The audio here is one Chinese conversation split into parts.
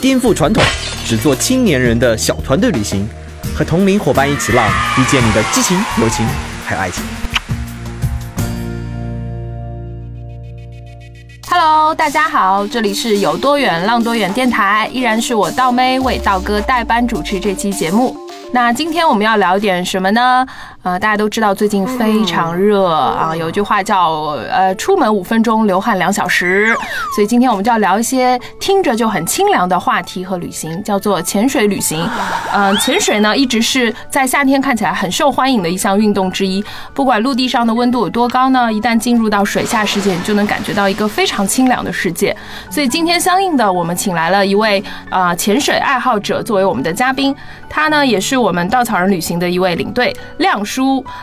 颠覆传统，只做青年人的小团队旅行，和同龄伙伴一起浪，遇见你的激情、友情还有爱情。 Hello，大家好，这里是有多远浪多远电台，依然是我道妹为道哥代班主持这期节目。那今天我们要聊点什么呢？呃，大家都知道最近非常热啊、有句话叫呃“出门五分钟，流汗两小时”，所以今天我们就要聊一些听着就很清凉的话题和旅行，叫做潜水旅行。嗯、潜水呢一直是在夏天看起来很受欢迎的一项运动之一，不管陆地上的温度有多高呢，一旦进入到水下世界，你就能感觉到一个非常清凉的世界。所以今天相应的，我们请来了一位啊、呃潜水爱好者作为我们的嘉宾，他呢也是我们稻草人旅行的一位领队亮叔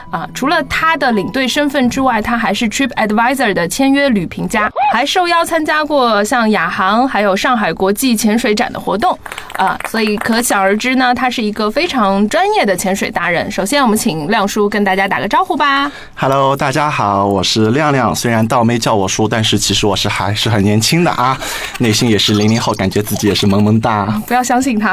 啊、除了他的领队身份之外，他还是 Trip Advisor 的签约旅评家，还受邀参加过像亚航还有上海国际潜水展的活动啊、所以可想而知呢，他是一个非常专业的潜水达人。首先，我们请亮叔跟大家打个招呼吧。 Hello，大家好，我是亮亮。虽然道妹叫我叔，但是其实我是还是很年轻的啊，内心也是零零后，感觉自己也是萌萌哒。不要相信他。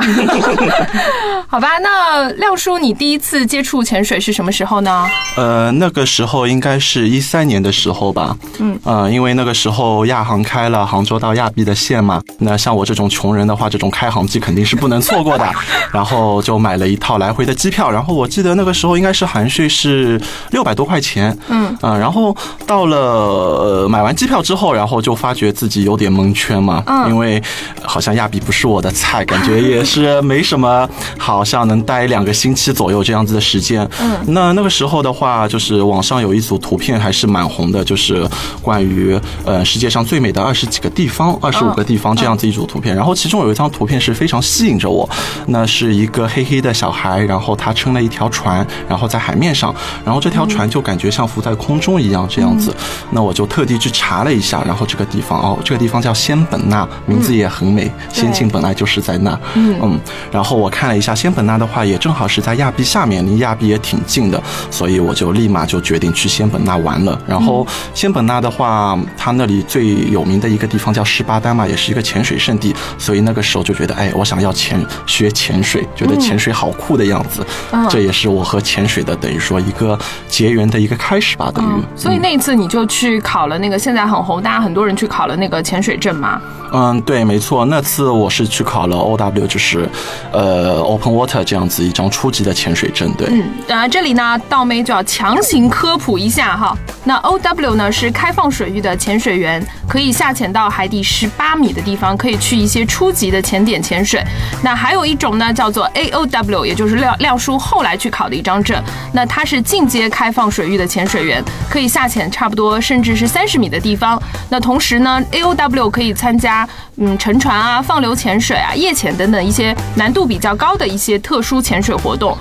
好吧，那亮叔，你第一次接触潜水是什么时候呢？呃，那个时候应该是一三年的时候吧。嗯，呃，因为那个时候亚航开了杭州到亚庇的线嘛，那像我这种穷人的话，这种开航机肯定是不能错过的。 然后就买了一套来回的机票，然后我记得那个时候应该是含税是六百多块钱。嗯，啊、然后到了、呃、买完机票之后，然后就发觉自己有点蒙圈嘛，嗯因为好像亚庇不是我的菜，感觉也是没什么，好像能待两个星期左右这样子的时间。嗯，那那个时候的话，就是网上有一组图片还是蛮红的，就是关于呃世界上最美的二十几个地方、二十五个地方这样子一组图片。然后其中有一张图片是非常吸引着我，那是一个黑黑的小孩，然后他撑了一条船，然后在海面上，然后这条船就感觉像浮在空中一样这样子。那我就特地去查了一下，然后这个地方哦，这个地方叫仙本那，名字也很美，仙境本来就是在那。嗯，然后我看了一下仙本那的话，也正好是在亚庇下面，离亚庇也挺近的，所以我就立马就决定去仙本那玩了。然后嗯仙本那的话，它那里最有名的一个地方叫士巴丹嘛，也是一个潜水圣地，所以那个时候就觉得，哎，我想要潜学潜水，觉得潜水好酷的样子。嗯这也是我和潜水的等于说一个结缘的一个开始吧，等于。嗯哦所以那一次你就去考了那个现在很红，大家很多人去考了那个潜水证嘛。嗯，对，没错，那次我是去考了 OW，就是呃 Open Water 这样子一张初级的潜水证，对。嗯，啊，这里呢，道妹就要强行科普一下哈。那 O W 呢是开放水域的潜水员，可以下潜到海底十八米的地方，可以去一些初级的潜点潜水。那还有一种呢叫做 A O W，也就是廖廖叔后来去考的一张证。那他是进阶开放水域的潜水员，可以下潜差不多甚至是三十米的地方。那同时呢，A O W 可以参加嗯沉船啊、放流潜水啊、夜潜等等一些难度比较高的一些特殊潜水活动。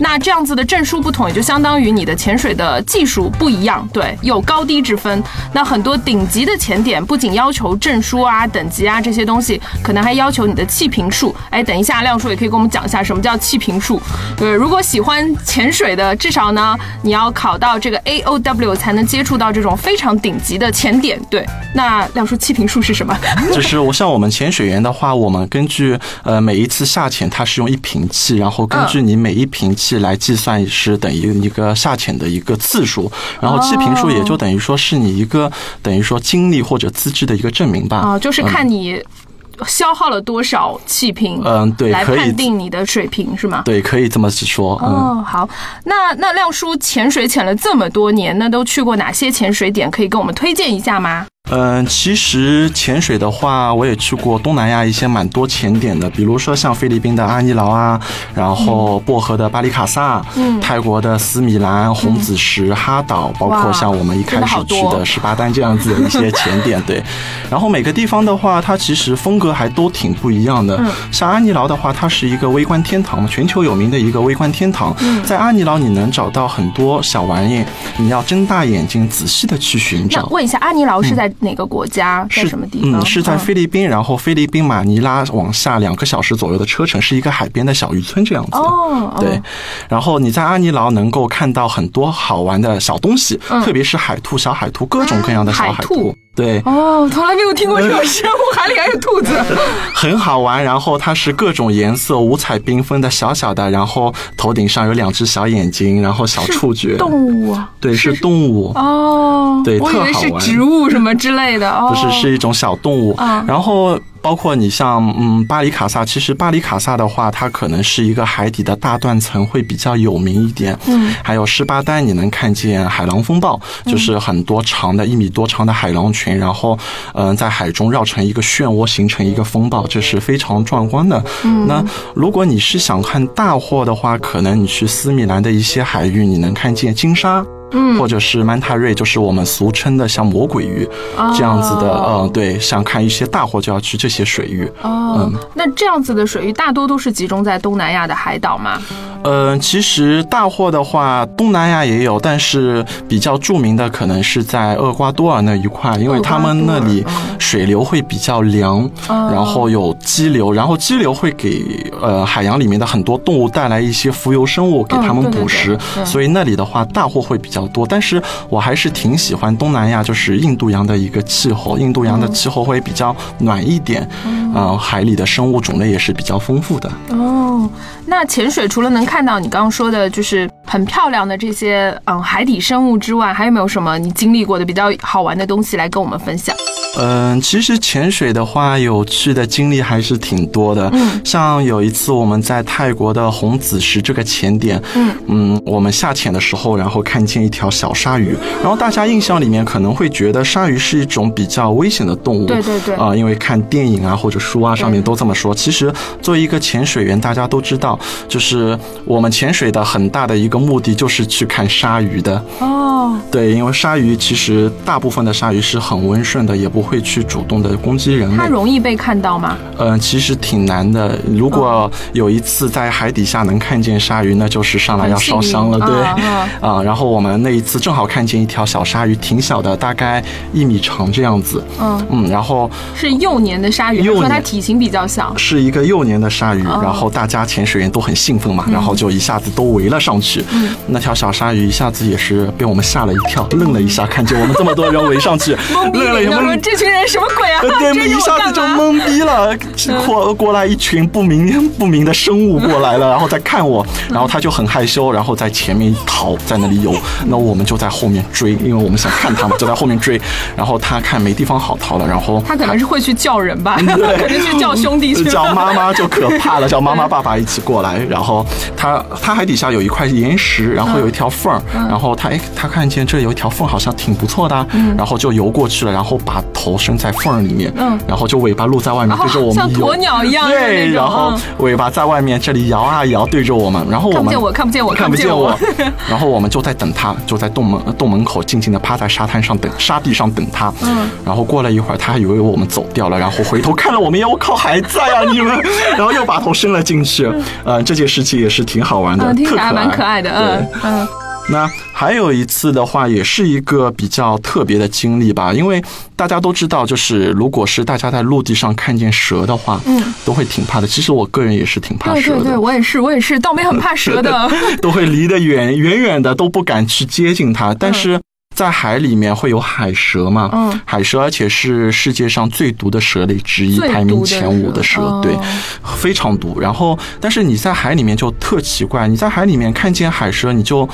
那这样子的证书不同，也就相当于你的潜水的技术不一样，对，有高低之分。那很多顶级的潜点不仅要求证书啊、等级啊这些东西，可能还要求你的气瓶数。哎，等一下，亮叔也可以跟我们讲一下什么叫气瓶数。呃，如果喜欢潜水的，至少呢，你要考到这个 A O W 才能接触到这种非常顶级的潜点。对，那亮叔气瓶数是什么？就是我像我们潜水员的话，我们根据呃每一次下潜，它是用一瓶气，然后根据你每一瓶气来计算是等于一个下潜的一个次数，然后气瓶数也就等于说是你一个等于说经历或者资质的一个证明吧。啊、就是看你消耗了多少气瓶，嗯对来可以判定你的水平是吗？对，可以这么去说。嗯，哦，好，那那亮叔潜水潜了这么多年，那都去过哪些潜水点？可以跟我们推荐一下吗？嗯，其实潜水的话，我也去过东南亚一些蛮多潜点的，比如说像菲律宾的阿尼劳啊，然后薄荷的巴里卡萨，嗯泰国的斯米兰、红子石、哈岛，包哇括像我们一开真的始好去多的十八丹这样子的一些潜点，对。 然后每个地方的话，它其实风格还都挺不一样的。嗯像阿尼劳的话，它是一个微观天堂，全球有名的一个微观天堂。嗯在阿尼劳，你能找到很多小玩意，你要睁大眼睛仔细的去寻那找。问一下，阿尼劳是在哪个国家，在是什么地方？嗯，是在菲律宾，然后菲律宾马尼拉往下两个小时左右的车程，是一个海边的小渔村这样子。哦，哦对，，然后你在阿尼劳能够看到很多好玩的小东西，嗯特别是海兔、小海兔，各种各样的小海海兔对，哦，从来没有听过这种生物，海里还有兔 子。很好玩。然后它是各种颜色、五彩缤纷的小小的，然后头顶上有两只小眼睛，然后小触觉，动物啊，对，是动物。哦，对我以特为好是玩植物什么之类的，哦，不是是一种小动物。啊然后包括你像嗯巴黎卡萨，其实巴黎卡萨的话，它可能是一个海底的大断层会比较有名一点。嗯，还有十八丹，你能看见海狼风暴，就是很多长的一米多长的海狼群，然后嗯、呃在海中绕成一个漩涡，形成一个风暴，这是非常壮观的。嗯那如果你是想看大货的话，可能你去斯米兰的一些海域，你能看见金鲨。嗯或者是曼塔瑞，就是我们俗称的像魔鬼鱼这样子的，哦嗯，对，想看一些大货就要去这些水域。哦，那这样子的水域大多都是集中在东南亚的海岛吗？嗯，其实大货的话，东南亚也有，但是比较著名的可能是在厄瓜多尔那一块，因为他们那里厄瓜多尔嗯水流会比较凉，哦然后有激流，然后激流会给呃海洋里面的很多动物带来一些浮游生物，给嗯它们对对捕对食，对所以那里的话大货会比较多。但是我还是挺喜欢东南亚，就是印度洋的一个气候，印度洋嗯的气候会比较暖一点，嗯、海里的生物种类也是比较丰富的。哦，那潜水除了能看到你刚刚说的，就是很漂亮的这些嗯海底生物之外，还有没有什么你经历过的比较好玩的东西来跟我们分享？嗯，其实潜水的话，有趣的经历还是挺多的。嗯像有一次我们在泰国的红子石这个潜点，嗯我们下潜的时候，然后看见一条小鲨鱼，然后大家印象里面可能会觉得鲨鱼是一种比较危险的动物，对对对啊、因为看电影啊或者书啊上面对都这么说。其实作为一个潜水员，大家都知道，就是我们潜水的很大的一个目的就是去看鲨鱼的。哦，对，因为鲨鱼其实大部分的鲨鱼是很温顺的，也不会去主动的攻击人类它。容易被看到吗？嗯、其实挺难的。如果有一次在海底下能看见鲨鱼，那就是上来要烧香了，很幸运对。啊啊、然后我们那一次正好看见一条小鲨鱼，挺小的，大概一米长这样子。嗯，嗯，然后是幼年的鲨鱼，还是幼说年它体型比较小？是一个幼年的鲨鱼，哦然后大家潜水员都很兴奋嗯嘛，然后就一下子都围了上去。那条小鲨鱼一下子也是被我们吓了一跳，愣了一下，看见我们这么多人围上去， 懵逼愣了一领下着说懵。这群人什么鬼啊？呃，对，追着一我下子就干嘛嗯懵逼了，过过来一群不明 不明的生物过来了，然后再看我，嗯然后他就很害羞，然后在前面逃，在那里游，嗯那我们就在后面追，因为我们想看他们，就在后面追，然后他看没地方好逃了，然后他可能是会去叫人吧， 可能去叫兄弟去了。呃叫妈妈就可 怕了，叫妈妈爸爸一起过来。然后他他海底下有一块岩石，然后有一条缝儿，嗯然后他哎他看见这有一条缝，好像挺不错的啊，然后就游过去了，然后把头伸在缝儿里面嗯，然后就尾巴露在外面哦对着我像们游鸵鸟一样的那对，种然后嗯尾巴在外面这里摇啊摇，对着我们，然后我看不们见我看不见我看看不不见见我我， 然后我们就在等他，就在洞门洞门口静静的趴在沙滩上等沙地上等他。嗯，然后过了一会儿，他以为我们走掉了，然后回头看了我们，我靠，还在啊你 们，然后又把头伸了进去。呃，这件事情也是挺好玩 的，嗯，听特起可来爱，蛮可爱的，对嗯嗯那还有一次的话，也是一个比较特别的经历吧，因为大家都知道，就是如果是大家在陆地上看见蛇的话，嗯，都会挺怕的。其实我个人也是挺怕对蛇的。对对，我也是，我也是，倒霉很怕蛇 的。都会离得远远远的，都不敢去接近它。但是在海里面会有海蛇嘛？嗯海蛇而且是世界上最毒的蛇类之一，最毒的排名前五的蛇，蛇对哦，非常毒。然后，但是你在海里面就特奇怪，你在海里面看见海蛇，你就。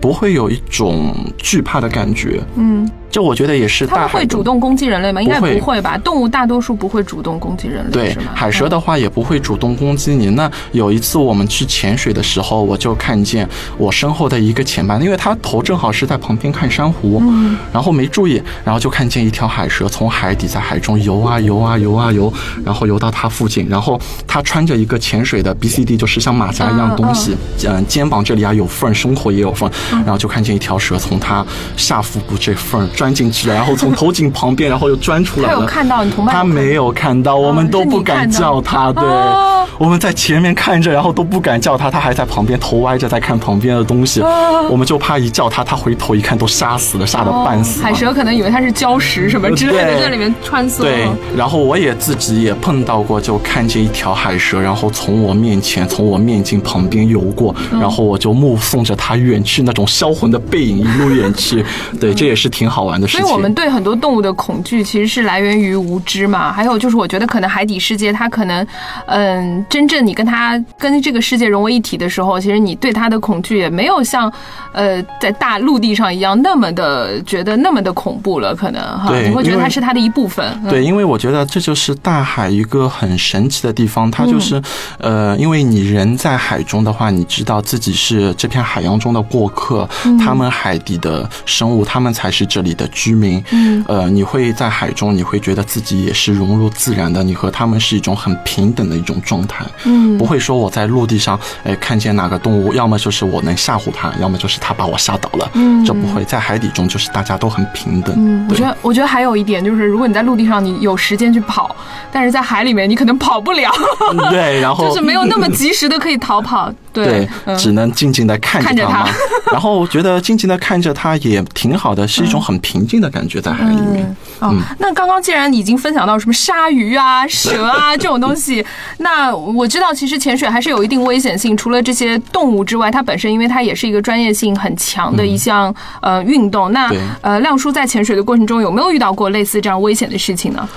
不会有一种惧怕的感觉，嗯，就我觉得也是他大们海会的主动攻击人类吗？应该不会不会吧，动物大多数不会主动攻击人类，对是吗？，哦海蛇的话也不会主动攻击你。那有一次我们去潜水的时候，我就看见我身后的一个潜伴，因为他头正好是在旁边看珊瑚，嗯然后没注意，然后就看见一条海蛇从海底在海中游啊游啊游啊游，然后游到他附近，然后他穿着一个潜水的 B C D，就是像马甲一样的东西，嗯、肩膀这里啊有缝，胸口也有缝，嗯然后就看见一条蛇从他下腹部这缝钻进去了，然后从头颈旁边，然后又钻出来他了。有看到你同伴有他看到没有看到，我们都不敢叫哦他。是你看对到哦，我们在前面看着，然后都不敢叫他，他还在旁边头歪着在看旁边的东西。我们就怕一叫他，他回头一看都吓死了，吓得哦半死了。海蛇可能以为它是礁石什么之类的，对在里面穿梭。对，然后我也自己也碰到过，就看见一条海蛇，然后从我面前，从我面镜旁边游过，嗯然后我就目送着它远去，那种销魂的背影一路远去。对，这也是挺好玩的事所情。以我们对很多动物的恐惧其实是来源于无知嘛，还有就是我觉得可能海底世界它可能，嗯，真正你跟它跟这个世界融为一体的时候，其实你对它的恐惧也没有像，呃，在大陆地上一样那么的觉得那么的恐怖了，可能哈，对你会觉得因为它是它的一部分。嗯对，因为我觉得这就是大海一个很神奇的地方，它就是，嗯呃，因为你人在海中的话，你知道自己是这片海洋中的过客，嗯他们海底的生物，他们才是这里的居民。嗯呃，你会在海中，你会觉得自己也是融入自然的，你和他们是一种很平等的一种状态。嗯不会说我在陆地上，哎，看见哪个动物，要么就是我能吓唬它，要么就是它把我吓倒了。嗯这不会在海底中，就是大家都很平等。嗯，我对觉得，我觉得还有一点就是，如果你在陆地上，你有时间去跑，但是在海里面，你可能跑不了， 对，然 后就是没有那么及时的可以逃跑。对对，，嗯只能静静的看看着着它它嘛。然后我觉得静静的看着它也挺好的，是一种很平静的感觉在海里面。哦，那刚刚既然已经分享到什么鲨鱼啊、蛇啊这种东 西，那我知道其实潜水还是有一定危险性。除了这些动物之外，它本身因为它也是一个专业性很强的一项、呃运动。那嗯对呃，亮叔在潜水的过程中有没有遇到过类似这样危险的事情呢？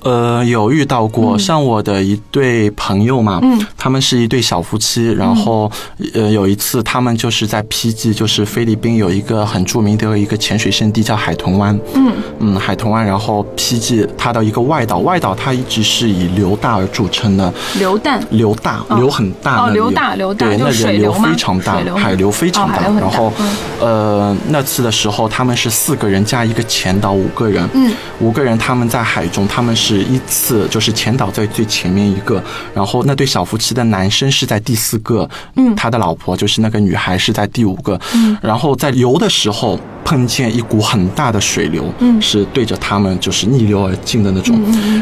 呃，有遇到过，像我的一对朋友嘛，他们是一对小夫妻，然后呃有一次他们就是在 PG，就是菲律宾有一个很著名的一个潜水圣地叫海豚湾，嗯嗯，海豚湾，然后 PG 它的一个外岛，外岛它一直是以流大而著称的，流弹。流大，哦流很大哦那里流大流大对，就那是水人流流吗非常大水流，海流非常哦海大。流很大然后，呃，那次的时候他们是四个人加一个前导五个人，嗯，五个人他们在海中，他们是依次就是前导在最前面一个，然后那对小夫妻的男生是在第四个，嗯，他的老婆就是那个女孩是在第五个，嗯，然后在游的时候碰见一股很大的水流，嗯，是对着他们就是逆流而进的那种，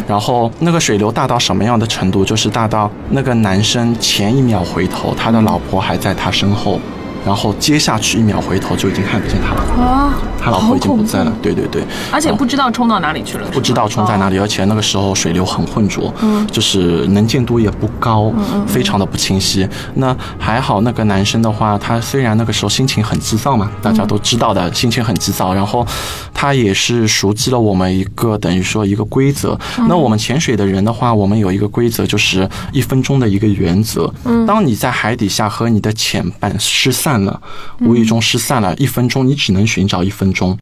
然后那个水流大到什么样的程度？就是大到那个男生前一秒回头，他的老婆还在他身后。然后接下去一秒回头就已经看不见他了，啊，他老婆已经不在好了恐。对对对，怖，而且不知道冲到哪里去了，不知道冲在哪里，而且那个时候水流很浑浊，就是能见度也不高，非常的不清晰。那还好，那个男生的话，他虽然那个时候心情很急躁嘛，大家都知道的，心情很急躁，然后他也是熟悉了我们一个等于说一个规则。那我们潜水的人的话，我们有一个规则，就是一分钟的一个原则。当你在海底下和你的潜伴失散了，无意中失散了，一分钟你只能寻找一分钟。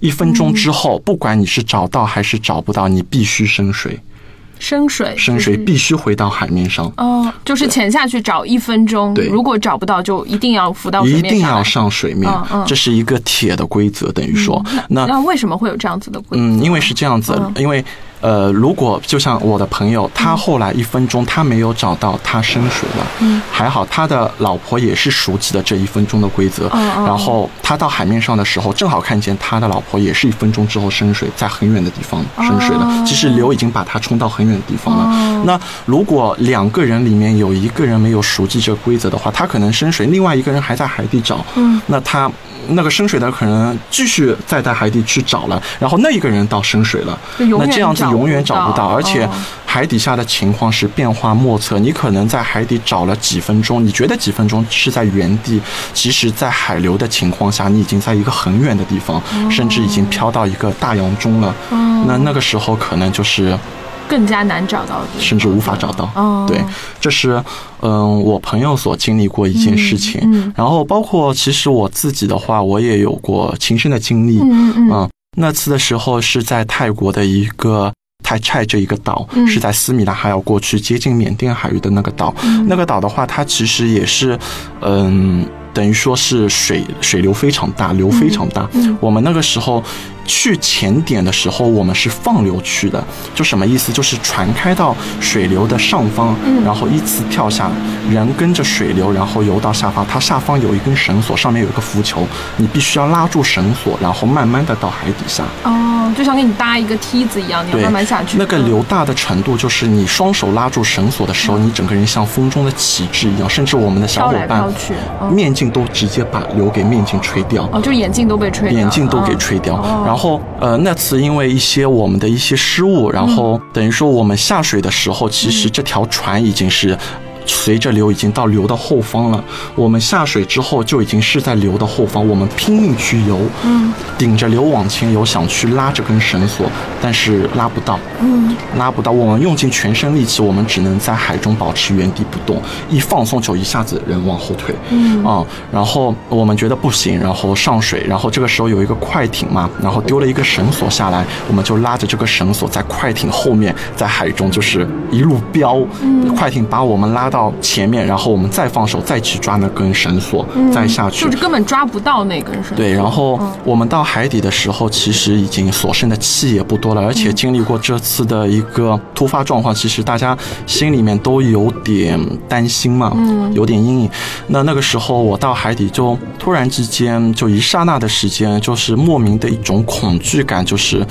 一分钟之后，不管你是找到还是找不到，你必须深水，哦深水，深水必须回到海面上，哦，就是潜下去找一分钟，对如果找不到就一定要浮到水一面定上来要上水面嗯嗯，这是一个铁的规则，等于说，那那为什么会有这样子的规则？嗯，因为是这样子，因为呃，如果就像我的朋友，他后来一分钟他没有找到，他深水了，嗯还好他的老婆也是熟悉的这一分钟的规则，嗯嗯然后他到海面上的时候，正好看见他的老婆也是一分钟之后深水，在很远的地方深水了，其实流已经把他冲到很远的地方了。那如果两个人里面有一个人没有熟记这个规则的话，他可能深水，另外一个人还在海底找，那他那个深水的可能继续再在海底去找了，然后那一个人到深水了，就永那远这样子找不永远找不到到，而且哦海底下的情况是变化莫测。你可能在海底找了几分钟，你觉得几分钟是在原地，其实，在海流的情况下，你已经在一个很远的地方，哦甚至已经飘到一个大洋中了。哦那那个时候可能就是更加难找到的地方，甚至无法找到。哦对，这是嗯我朋友所经历过一件事情，嗯然后包括其实我自己的话，我也有过亲身的经历。嗯嗯嗯那次的时候是在泰国的一个。泰柴这一个岛、嗯是在斯米兰海要过去接近缅甸海域的那个岛，嗯那个岛的话，它其实也是，嗯，等于说是水水流非常大，流非常大。嗯我们那个时候去潜点的时候，我们是放流去的，就什么意思？就是船开到水流的上方，嗯然后依次跳下，人跟着水流，然后游到下方。它下方有一根绳索，上面有一个浮球，你必须要拉住绳索，然后慢慢的到海底下。哦，就像给你搭一个梯子一样，你要对，慢慢下去。嗯那个流大的程度，就是你双手拉住绳索的时候，你整个人像风中的旗帜一样，甚至我们的小飘伙来伴飘去嗯面镜都直接把流给面镜吹掉。哦，就眼镜都被吹掉了，眼镜都给哦吹掉，哦然后呃那次因为一些我们的一些失误，然嗯后等于说我们下水的时候，其实这条船已经是随着流已经到流的后方了。我们下水之后就已经是在流的后方，我们拼命去游，嗯，顶着流往前游，想去拉这根绳索，但是拉不到，嗯，拉不到。我们用尽全身力气，我们只能在海中保持原地不动，一放松就一下子人往后退，嗯啊、然后我们觉得不行，然后上水，然后这个时候有一个快艇嘛，然后丢了一个绳索下来，我们就拉着这个绳索在快艇后面，在海中就是一路飙，嗯快艇把我们拉到前面，然后我们再放手再去抓那根绳索，再下嗯去，就是根本抓不到那根绳。对，然后我们到海底的时候，其实已经所剩的气也不多了，而且经历过这次的一个突发状况，其实大家心里面都有点担心嘛，有点阴影。那那个时候我到海底，就突然之间，就一刹那的时间，就是莫名的一种恐惧感，就是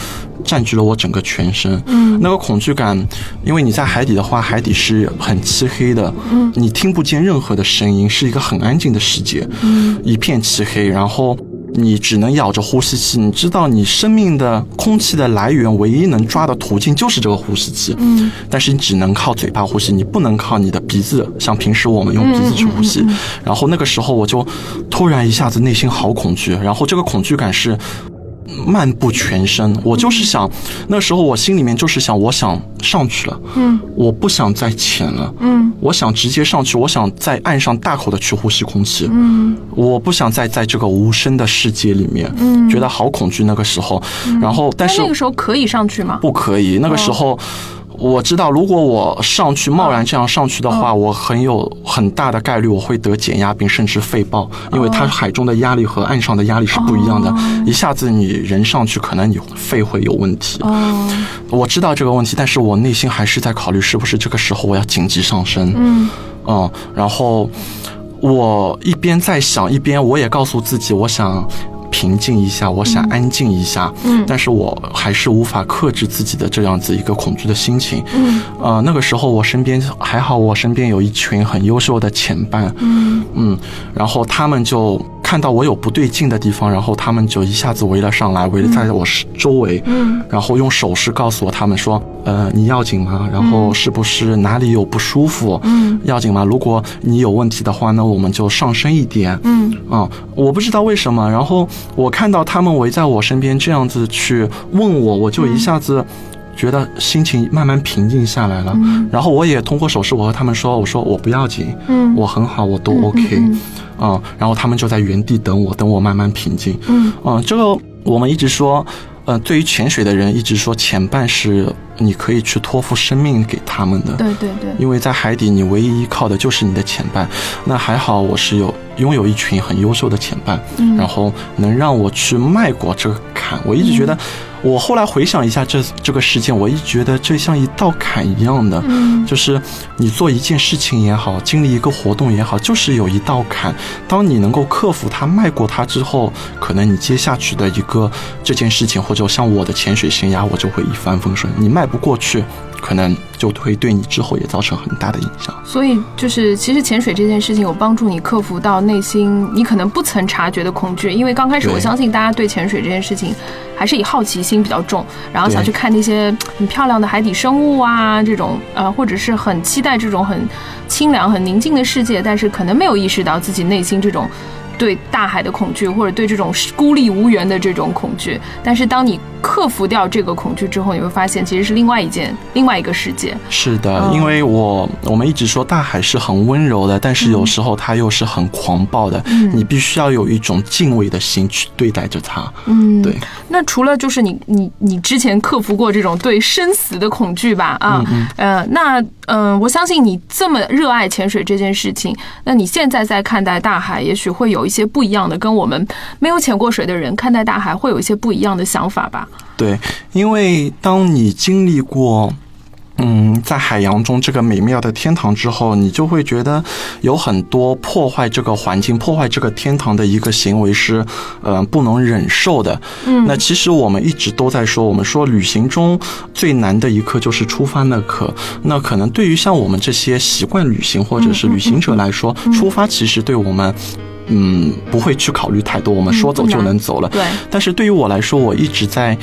占据了我整个全身。嗯，那个恐惧感，因为你在海底的话，海底是很漆黑的，嗯，你听不见任何的声音，是一个很安静的世界，嗯，一片漆黑，然后。你只能咬着呼吸器，你知道你生命的空气的来源，唯一能抓的途径就是这个呼吸器。嗯，但是你只能靠嘴巴呼吸，你不能靠你的鼻子，像平时我们用鼻子去呼吸。然后那个时候我就突然一下子内心好恐惧，然后这个恐惧感是漫步全身。我就是想，那时候我心里面就是想，我想上去了，嗯，我不想再潜了，嗯，我想直接上去，我想在岸上大口的去呼吸空气，嗯，我不想再在这个无声的世界里面，嗯，觉得好恐惧那个时候。然后，但那是那个时候可以上去吗？不可以。那个时候，我知道如果我上去贸然这样上去的话，我很有很大的概率我会得减压病，甚至肺爆，因为它海中的压力和岸上的压力是不一样的。一下子你人上去，可能你肺会有问题。哦，我知道这个问题，但是我内心还是在考虑是不是这个时候我要紧急上升。嗯，然后我一边在想，一边我也告诉自己，我想。平静一下，我想安静一下，嗯，但是我还是无法克制自己的这样子一个恐惧的心情，嗯，呃，那个时候我身边还好，我身边有一群很优秀的前伴，嗯然后他们就看到我有不对劲的地方，然后他们就一下子围了上来，围了在我是周围，嗯，然后用手势告诉我他们说，呃，你要紧吗？然后是不是哪里有不舒服？嗯，要紧吗？如果你有问题的话，那我们就上升一点，嗯，啊、我不知道为什么，然后我看到他们围在我身边这样子去问我，我就一下子。觉得心情慢慢平静下来了，然后我也通过手势，我和他们说，我说我不要紧，嗯我很好，我都 OK，嗯，然后他们就在原地等我，等我慢慢平静。嗯，嗯，这个我们一直说，呃，对于潜水的人一直说，前半是你可以去托付生命给他们的，对对对，因为在海底，你唯一依靠的就是你的前伴。那还好，我是有拥有一群很优秀的前伴，嗯然后能让我去迈过这个坎。我一直嗯觉得，我后来回想一下这这个事件，我一直觉得这像一道坎一样嗯的，就是你做一件事情也好，经历一个活动也好，就是有一道坎。当你能够克服它、迈过它之后，可能你接下去的一个这件事情，或者像我的潜水生涯，我就会一帆风顺。你迈不过去，可能就会对你之后也造成很大的影响。所以就是其实潜水这件事情有帮助你克服到内心你可能不曾察觉的恐惧，因为刚开始对我相信大家对潜水这件事情还是以好奇心比较重，然后想对去看那些很漂亮的海底生物啊这种，呃，或者是很期待这种很清凉、很宁静的世界，但是可能没有意识到自己内心这种。对大海的恐惧，或者对这种孤立无援的这种恐惧。但是当你克服掉这个恐惧之后，你会发现其实是另外一件、另外一个世界。是的，因为我我们一直说大海是很温柔的，但是有时候它又是很狂暴的，你必须要有一种敬畏的心去对待着它。嗯，对。那除了就是你你你之前克服过这种对生死的恐惧吧？啊，呃，那嗯、呃，我相信你这么热爱潜水这件事情，那你现在在看待大海，也许会有一些不一样的，跟我们没有潜过水的人看待大海会有一些不一样的想法吧？对，因为当你经历过。嗯，在海洋中这个美妙的天堂之后，你就会觉得有很多破坏这个环境、破坏这个天堂的一个行为是，呃，不能忍受的。嗯，那其实我们一直都在说，我们说旅行中最难的一刻就是出发那刻。那可能对于像我们这些习惯旅行或者是旅行者来说，嗯嗯嗯、出发其实对我们。嗯，不会去考虑太多，我们说走就能走了。嗯、对。但是对于我来说，我一直在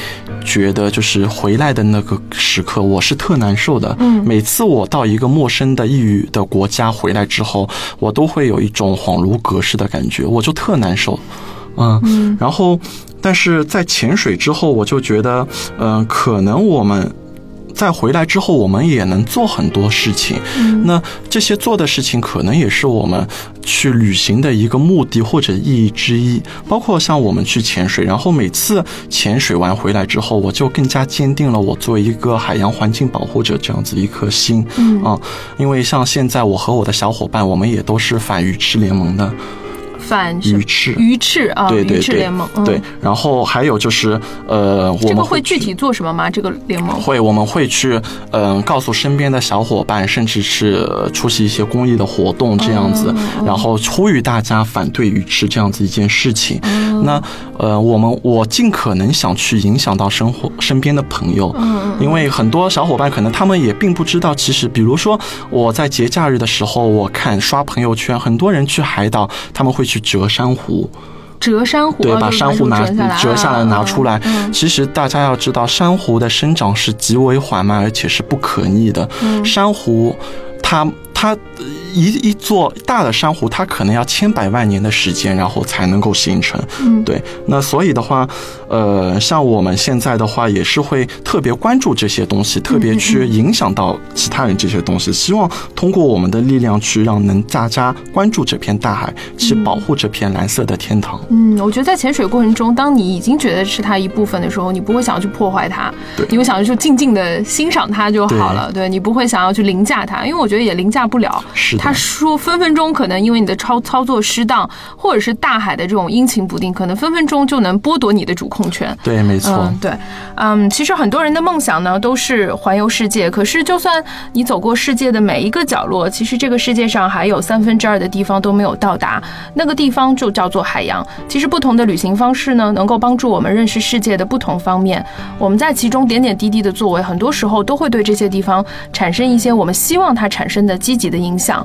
觉得，就是回来的那个时刻，我是特难受的。嗯。每次我到一个陌生的异域的国家回来之后，我都会有一种恍如隔世的感觉，我就特难受。嗯。嗯然后，但是在潜水之后，我就觉得，嗯、呃，可能我们。在回来之后，我们也能做很多事情。嗯、那这些做的事情，可能也是我们去旅行的一个目的或者意义之一。包括像我们去潜水，然后每次潜水完回来之后，我就更加坚定了我作为一个海洋环境保护者这样子一颗心、嗯、啊。因为像现在我和我的小伙伴，我们也都是反鱼翅联盟的。反鱼翅，鱼翅啊，对对鱼翅联盟，嗯、对。然后还有就是，呃，我这个会具体做什么吗？这个联盟会，我们会去，嗯、呃，告诉身边的小伙伴，甚至是出席一些公益的活动这样子，嗯、然后呼吁大家反对鱼翅这样子一件事情。嗯、那呃，我们我尽可能想去影响到生活身边的朋友，嗯因为很多小伙伴可能他们也并不知道，其实比如说我在节假日的时候，我看刷朋友圈，很多人去海岛，他们会。去折珊瑚，折珊瑚，对，把珊瑚拿折下来拿出来。啊嗯、其实大家要知道，珊瑚的生长是极为缓慢，而且是不可逆的。嗯、珊瑚，它它一一座大的珊瑚，它可能要千百万年的时间，然后才能够形成。嗯、对，那所以的话，呃，像我们现在的话，也是会特别关注这些东西，特别去影响到其他人这些东西。希望通过我们的力量去让能大家关注这片大海，去保护这片蓝色的天堂。嗯，我觉得在潜水过程中，当你已经觉得是它一部分的时候，你不会想要去破坏它，你会想要去静静的欣赏它就好了。对你不会想要去凌驾它，因为我觉得也凌驾不了。是的。他说分分钟可能因为你的操操作失当，或者是大海的这种阴晴不定，可能分分钟就能剥夺你的主控权。对，没错、嗯。对，嗯，其实很多人的梦想呢都是环游世界，可是就算你走过世界的每一个角落，其实这个世界上还有三分之二的地方都没有到达，那个地方就叫做海洋。其实不同的旅行方式呢，能够帮助我们认识世界的不同方面。我们在其中点点滴滴的作为，很多时候都会对这些地方产生一些我们希望它产生的积极的影响。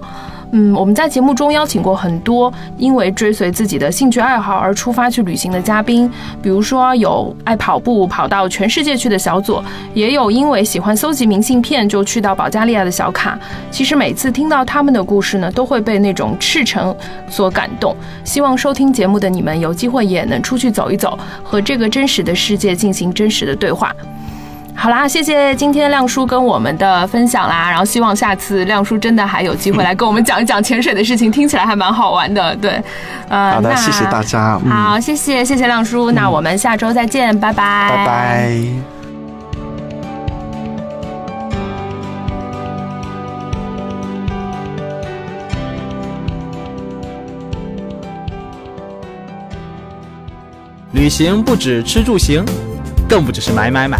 嗯，我们在节目中邀请过很多因为追随自己的兴趣爱好而出发去旅行的嘉宾，比如说有爱跑步跑到全世界去的小左，也有因为喜欢搜集明信片就去到保加利亚的小卡。其实每次听到他们的故事呢，都会被那种赤诚所感动。希望收听节目的你们有机会也能出去走一走，和这个真实的世界进行真实的对话。好啦，谢谢今天亮叔跟我们的分享啦，然后希望下次亮叔真的还有机会来跟我们讲一讲潜水的事情，听起来还蛮好玩的，对，呃，好的，谢谢大家，嗯、好，谢谢谢谢亮叔，嗯、那我们下周再见，拜拜，拜拜。旅行不止吃住行，更不只是买买买。